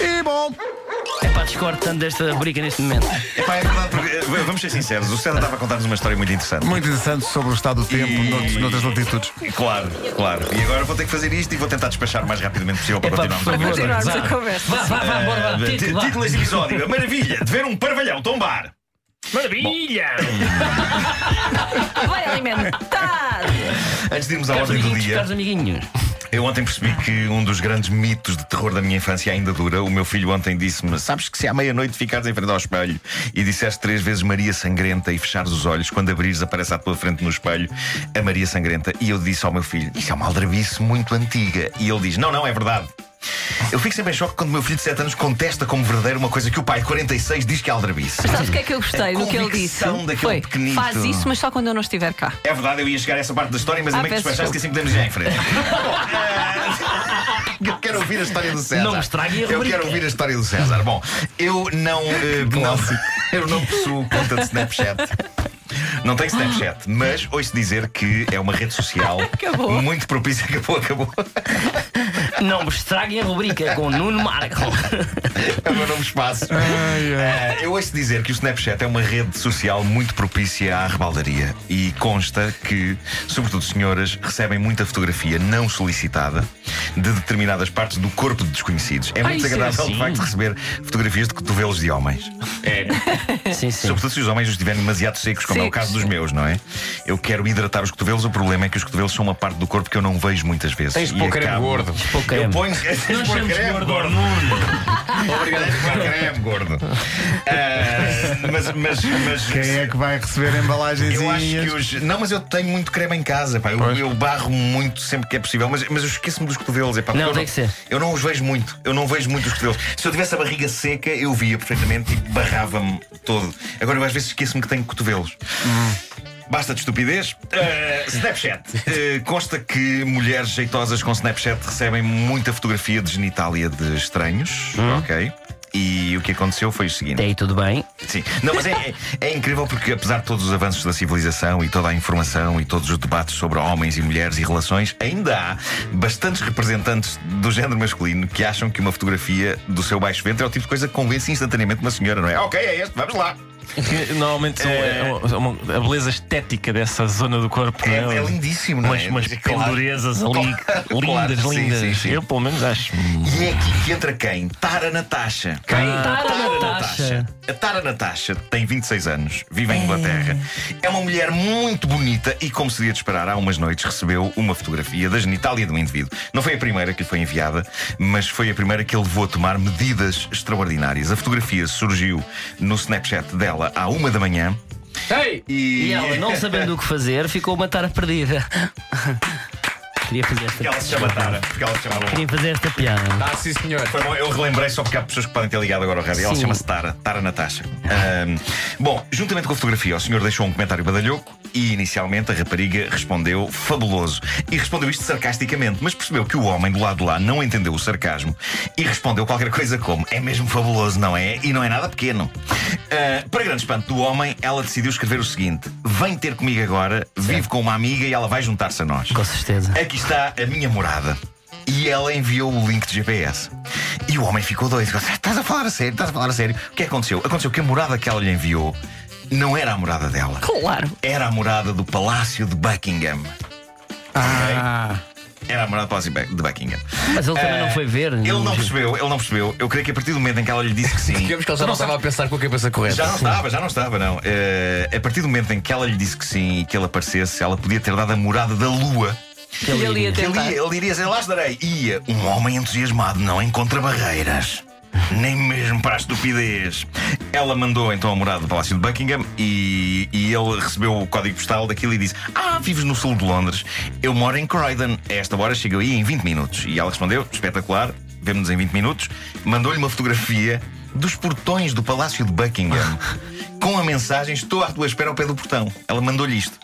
E bom, É pá, discordo tanto desta rubrica neste momento. Epá, é verdade, porque, eh, vamos ser sinceros, o César estava a contar-nos uma história muito interessante. muito interessante sobre o estado do tempo E- nout- noutras latitudes. Claro, claro. E agora vou ter que fazer isto e vou tentar despachar o mais rapidamente possível para É pá, por continuarmos a favor. conversa. Continuarmos Vá. a conversa. Vá, vá, vá, bora, vá. Eh, t- Título, vá. Título deste episódio: A maravilha de ver um parvalhão tombar. Maravilha! Vai alimentar! Antes de irmos à Caros ordem do amiguinhos, dia, caros amiguinhos. eu ontem Ah. percebi que um dos grandes mitos de terror da minha infância ainda dura. O meu filho ontem disse-me: Sabes que se à meia-noite ficares em frente ao espelho e disseste três vezes Maria Sangrenta e fechares os olhos, quando abrires aparece à tua frente no espelho a Maria Sangrenta. E eu disse ao meu filho: Isso é uma aldrabice muito antiga. E ele diz: Não, não, é verdade. Eu fico sempre em choque quando o meu filho de 7 anos contesta como verdadeiro uma coisa que o pai de 46 diz que é aldrabice. Mas sabes o que é que eu gostei A do que ele disse? convicção daquele Foi, pequenito. faz isso, mas só quando eu não estiver cá. É verdade, eu ia chegar a essa parte da história, mas Ah, a meio que peço despachaste que assim podemos ir já em frente. Bom, eh, Eu quero ouvir a história do César. Não me estrague a Eu rubrica. quero ouvir a história do César. Bom, eu não. eh, não eu não possuo conta de Snapchat. Não tenho Snapchat, mas ouço dizer que é uma rede social Acabou. muito propícia. Acabou, acabou. Não me estraguem a rubrica com Nuno Marco. É o meu novo espaço. Ai, ai. Ah, eu ouço dizer que o Snapchat é uma rede social muito propícia à rebaldaria e consta que, sobretudo senhoras, recebem muita fotografia não solicitada de determinadas partes do corpo de desconhecidos. É muito isso é agradável, assim. de facto, receber fotografias de cotovelos de homens. Sim, sim. Sobretudo se os homens os estiverem demasiado secos, como é o Secos. caso dos meus, não é? Eu quero hidratar os cotovelos, o problema é que os cotovelos são uma parte do corpo que eu não vejo muitas vezes. Tens E de pôr creme acabo- gordo. Pouco Eu creme. ponho. Tens de Não pôr chames creme gordo ao Nuno. Obrigado por creme, gordo. Ah, mas, mas, mas. Quem é que vai receber embalagens? Eu acho que os. Não, mas eu tenho muito creme em casa, pá. Eu, Pois. eu barro muito sempre que é possível, mas, mas eu esqueço-me dos cotovelos, é pá. Não, porque eu tem que ser. Eu não os vejo muito. Eu não vejo muito os cotovelos. Se eu tivesse a barriga seca, eu via perfeitamente e barrava-me todo. Agora eu às vezes esqueço-me que tenho cotovelos. Basta de estupidez. Eh, Snapchat. Eh, consta que mulheres jeitosas com Snapchat recebem muita fotografia de genitália de estranhos. Hum. Ok. E o que aconteceu foi o seguinte. Até aí tudo bem. Sim. Não, mas é, é- é incrível porque, apesar de todos os avanços da civilização e toda a informação e todos os debates sobre homens e mulheres e relações, ainda há bastantes representantes do género masculino que acham que uma fotografia do seu baixo ventre é o tipo de coisa que convence instantaneamente uma senhora, não é? Ok, é este, vamos lá. Que normalmente são, é, uma- a beleza estética dessa zona do corpo. É, não é lindíssimo, não Umas, é? umas Claro. pendurezas ali, Claro, lindas, sim, lindas. sim, sim. Eu, pelo menos, acho. E é aqui que entra quem? Tara Natasha. Quem está Tara na Ah, taxa? Natasha. A Tara Natasha tem 26 anos, vive em Inglaterra. É uma mulher muito bonita e, como seria de esperar, há umas noites recebeu uma fotografia da genitália de um indivíduo. Não foi a primeira que lhe foi enviada, mas foi a primeira que ele levou a tomar medidas extraordinárias. A fotografia surgiu no Snapchat dela à uma da manhã. E ela, não sabendo o que fazer, ficou uma tara perdida. Queria fazer Porque esta, ela se chama Tara, porque ela se chamava. queria fazer esta piada. Ah, sim, senhor. Foi bom, eu relembrei só porque há pessoas que podem ter ligado agora ao rádio. Ela Sim. chama-se Tara, Tara Natasha. Ahm, bom, juntamente com a fotografia, o senhor deixou um comentário badalhoco e inicialmente a rapariga respondeu fabuloso. E respondeu isto sarcasticamente, mas percebeu que o homem do lado de lá não entendeu o sarcasmo e respondeu qualquer coisa como: é mesmo fabuloso, não é? E não é nada pequeno. Ah, para grande espanto do homem, ela decidiu escrever o seguinte: vem ter comigo agora, vivo com uma amiga e ela vai juntar-se a nós. Com certeza. Aqui está a minha morada. E ela enviou o link de GPS. E o homem ficou doido. Ficou, Estás a falar a sério? Estás a falar a sério? O que é que aconteceu? Aconteceu que a morada que ela lhe enviou não era a morada dela. Claro. Era a morada do Palácio de Buckingham. Ah, Era a morada do Palácio de Buck- de Buckingham. Mas ele também Eh, não foi ver. Ele não percebeu, ele não percebeu. Eu creio que a partir do momento em que ela lhe disse que sim. Digamos que ele já não estava a pensar com a cabeça correta. Já não estava, já não estava, não. Eh, a partir do momento em que ela lhe disse que sim e que ele aparecesse, ela podia ter dado a morada da Lua. Ele ali a Que Ele, tentar. ia- ele iria dizer, lá estarei. Ia. Um homem entusiasmado não encontra barreiras. Nem mesmo para a estupidez. Ela mandou então a morada do Palácio de Buckingham e, e ele recebeu o código postal daquilo e disse: Ah, vives no sul de Londres. Eu moro em Croydon. A esta hora chego aí em 20 minutos. E ela respondeu: Espetacular, vemo-nos em 20 minutos. Mandou-lhe uma fotografia dos portões do Palácio de Buckingham com a mensagem: Estou à tua espera ao pé do portão. Ela mandou-lhe isto.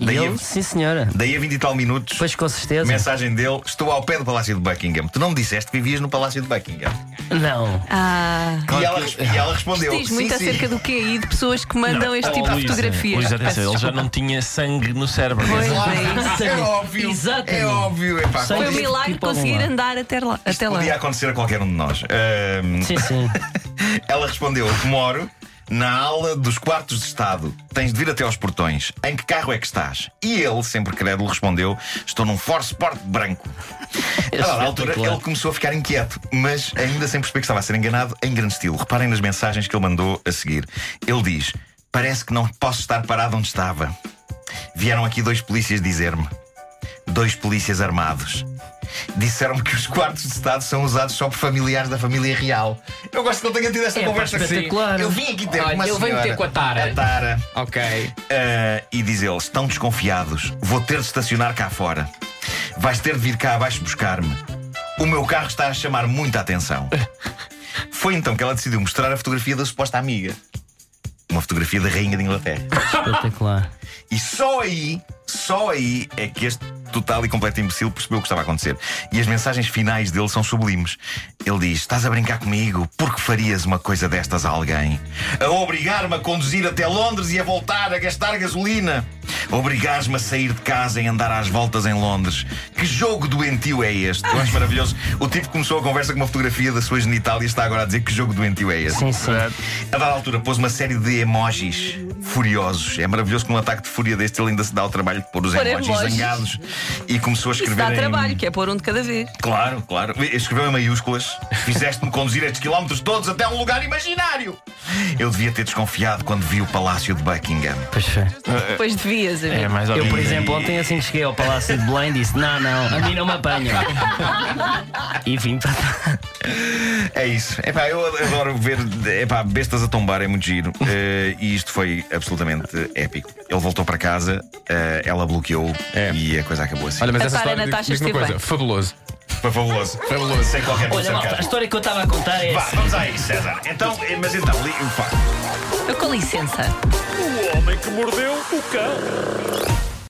E Daí ele, a- sim senhora. Daí a 20 e tal minutos, Pois com certeza. mensagem dele: Estou ao pé do Palácio de Buckingham. Tu não me disseste que vivias no Palácio de Buckingham. Não. Ah, E ela, e ela respondeu: diz "Sim, muito sim." oh, acerca do QI de pessoas que mandam este tipo de fotografias. Luís, Peço atenção, ele já desculpa. não tinha sangue no cérebro. Pois. Exato. Claro, é Exatamente. óbvio. É Exatamente. óbvio. Epá, Só Foi um Este milagre tipo conseguir algum lado. andar até lá. Até lá. Podia acontecer a qualquer um de nós. Ahm, Sim, sim. Ah, ela respondeu: Moro na ala dos quartos de Estado. Tens de vir até aos portões. Em que carro é que estás? E ele, sempre crédulo, respondeu: Estou num Ford Sport branco. Ah, na altura Espetacular. ele começou a ficar inquieto, mas ainda sem perceber que estava a ser enganado em grande estilo. Reparem nas mensagens que ele mandou a seguir. Ele diz: Parece que não posso estar parado onde estava. Vieram aqui dois polícias dizer-me. Dois polícias armados. Disseram-me que os quartos de Estado são usados só por familiares da família real. Eu gosto que ele tenha tido esta É, pá, conversa assim. espetacular. Eu vim aqui ter Olha, uma eu venho senhora, ter com a Tara. A Tara. Ok. Ah, e diz ele: estão desconfiados, vou ter de estacionar cá fora. Vais ter de vir cá abaixo buscar-me. O meu carro está a chamar muita atenção. Foi então que ela decidiu mostrar a fotografia da suposta amiga. Uma fotografia da Rainha de Inglaterra. Espetacular. E só aí, só aí é que este total e completo imbecil percebeu o que estava a acontecer. E as mensagens finais dele são sublimes. Ele diz: Estás a brincar comigo? Por que farias uma coisa destas a alguém? A obrigar-me a conduzir até Londres e a voltar a gastar gasolina? Obrigares-me a sair de casa e andar às voltas em Londres? Que jogo doentio é este? Eu acho maravilhoso. O tipo começou a conversa com uma fotografia da sua genital e está agora a dizer que jogo doentio é este. Sim, sim. A dada altura pôs uma série de emojis furiosos. É maravilhoso que num ataque de fúria deste ele ainda se dá ao trabalho de pôr os Pôr emojis emojis. zangados e começou a Isso escrever. dá em- trabalho, que é pôr um de cada vez. Claro, claro. Escreveu em maiúsculas. Fizeste-me conduzir estes quilómetros todos até um lugar imaginário. Eu devia ter desconfiado quando vi o Palácio de Buckingham. Pois foi. Depois devias, É amigo. mais ou Eu, por menos. exemplo, ontem assim que cheguei ao Palácio de Belém disse: Não, não, a mim não me apanham. E vim para cá. É isso. Epá, eu adoro ver epá, bestas a tombar, é muito giro. Eh, e isto foi absolutamente épico. Ele voltou para casa, eh, ela bloqueou É. e a coisa acabou assim. Olha, mas A essa Sara história. Natasha digo- digo uma esteve coisa, bem. fabuloso. Foi fabuloso. Fabuloso. Sem qualquer Olha, malta, a sarcasmo. história que eu estava a contar é Vá, essa. vamos a isso, César. Então, eh, mas então, li, pá. Eu, com licença. O homem que mordeu o cão.